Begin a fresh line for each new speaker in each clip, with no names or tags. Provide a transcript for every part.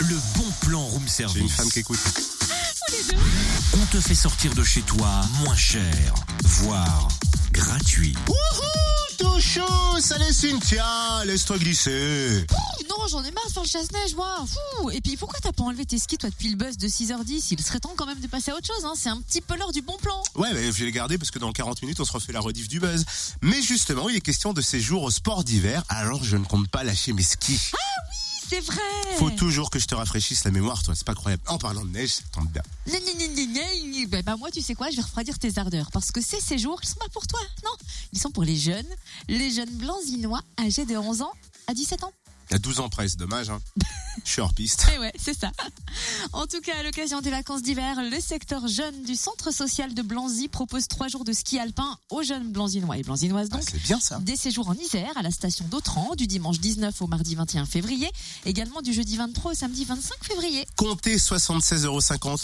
le bon plan room service.
J'ai une femme qui écoute.
On te fait sortir de chez toi moins cher, voire gratuit.
Wouhou, tout chaud Salut Cynthia, laisse-toi glisser.
Non, j'en ai marre de faire le chasse-neige, moi. Fou. Et puis pourquoi t'as pas enlevé tes skis, toi, depuis le buzz de 6h10 Il serait temps quand même de passer à autre chose, hein. C'est un petit peu l'heure du bon plan.
Ouais, mais je vais les garder parce que dans 40 minutes, on se refait la rediff du buzz. Mais justement, il est question de ces jours au sport d'hiver, alors je ne compte pas lâcher mes skis.
C'est vrai.
Faut toujours que je te rafraîchisse la mémoire, toi, c'est pas croyable. En parlant de neige, ça tombe bien.
Gna, gna, gna, gna, gna, gna. Bah, bah, moi, tu sais quoi, je vais refroidir tes ardeurs parce que ces séjours, ils sont pas pour toi, non Ils sont pour les jeunes, les jeunes blanzinois âgés de 11 ans à 17 ans.
À 12 ans près, c'est dommage, hein. Je suis hors piste.
Eh ouais, c'est ça. En tout cas, à l'occasion des vacances d'hiver, le secteur jeune du centre social de Blanzy propose trois jours de ski alpin aux jeunes blanzinois et blanzinoises
Ah,
donc.
c'est bien ça.
Des séjours en Isère à la station d'Autran du dimanche 19 au mardi 21 février, également du jeudi 23 au samedi 25 février.
Comptez 76,50 euros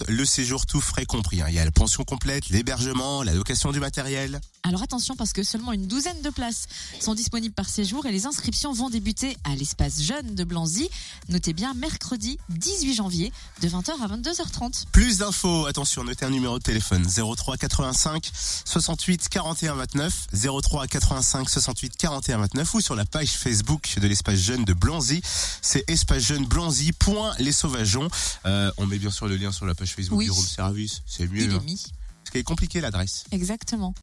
le séjour tout frais compris. hein. Il y a la pension complète, l'hébergement, la location du matériel.
Alors attention parce que seulement une douzaine de places sont disponibles par séjour et les inscriptions vont débuter à l'espace jeune de Blanzy. Notez bien mercredi 18 janvier de 20h à 22h30.
Plus d'infos, attention, notez un numéro de téléphone 03 85 68 41 29, 03 85 68 41 29 ou sur la page Facebook de l'espace jeune de Blanzy. C'est espace jeune Blanzy. point Les Sauvageons. Euh, on met bien sûr le lien sur la page Facebook
Oui.
du room service. C'est mieux.
Il
hein.
est mis.
Parce qu'elle est compliquée l'adresse.
Exactement.